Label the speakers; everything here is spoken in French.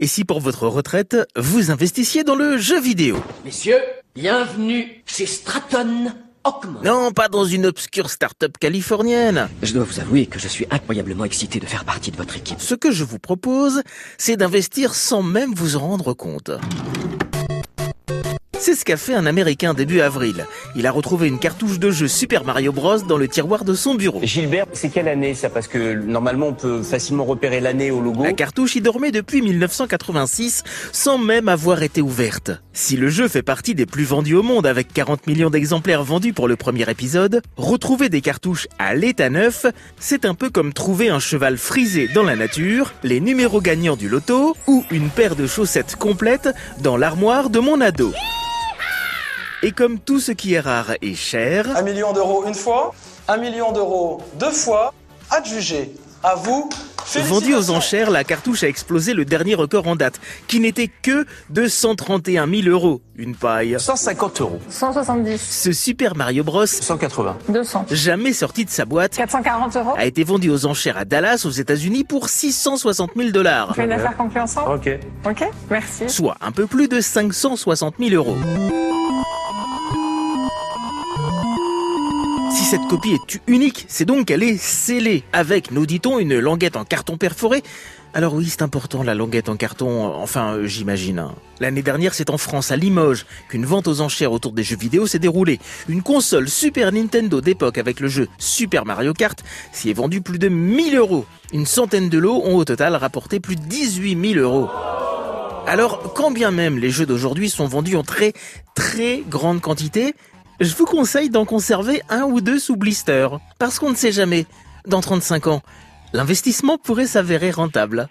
Speaker 1: Et si pour votre retraite, vous investissiez dans le jeu vidéo
Speaker 2: Messieurs, bienvenue chez Stratton Oakmont.
Speaker 1: Non, pas dans une obscure start-up californienne.
Speaker 2: Je dois vous avouer que je suis incroyablement excité de faire partie de votre équipe.
Speaker 1: Ce que je vous propose, c'est d'investir sans même vous en rendre compte. C'est ce qu'a fait un Américain début avril. Il a retrouvé une cartouche de jeu Super Mario Bros dans le tiroir de son bureau.
Speaker 3: Gilbert, c'est quelle année ça Parce que normalement, on peut facilement repérer l'année au logo.
Speaker 1: La cartouche y dormait depuis 1986 sans même avoir été ouverte. Si le jeu fait partie des plus vendus au monde avec 40 millions d'exemplaires vendus pour le premier épisode, retrouver des cartouches à l'état neuf, c'est un peu comme trouver un cheval frisé dans la nature, les numéros gagnants du loto ou une paire de chaussettes complètes dans l'armoire de mon ado. Et comme tout ce qui est rare et cher,
Speaker 4: 1 million d'euros une fois, 1 million d'euros deux fois, adjugé. À vous,
Speaker 1: vendue aux
Speaker 4: félicitations.
Speaker 1: enchères, la cartouche a explosé le dernier record en date, qui n'était que 231 000 euros, une paille.
Speaker 3: 150 euros,
Speaker 5: 170,
Speaker 1: Ce Super Mario Bros,
Speaker 3: 180,
Speaker 5: 200,
Speaker 1: jamais sorti de sa boîte,
Speaker 5: 440 euros.
Speaker 1: a été vendu aux enchères à Dallas, aux États-Unis, pour 660 000 dollars,
Speaker 5: On fait une affaire conclue ensemble
Speaker 3: ok.
Speaker 5: Ok, merci.
Speaker 1: soit un peu plus de 560 000 euros. Si cette copie est unique, c'est donc qu'elle est scellée, avec, nous dit-on, une languette en carton perforé. Alors oui, c'est important la languette en carton, euh, enfin euh, j'imagine. hein. L'année dernière, c'est en France, à Limoges, qu'une vente aux enchères autour des jeux vidéo s'est déroulée. Une console Super Nintendo d'époque avec le jeu Super Mario Kart s'y est vendue plus de 1000 euros. Une centaine de lots ont au total rapporté plus de 18 000 euros. Alors, quand bien même les jeux d'aujourd'hui sont vendus en très très grande quantité, je vous conseille d'en conserver un ou deux sous blister. Parce qu'on ne sait jamais, dans 35 ans, l'investissement pourrait s'avérer rentable.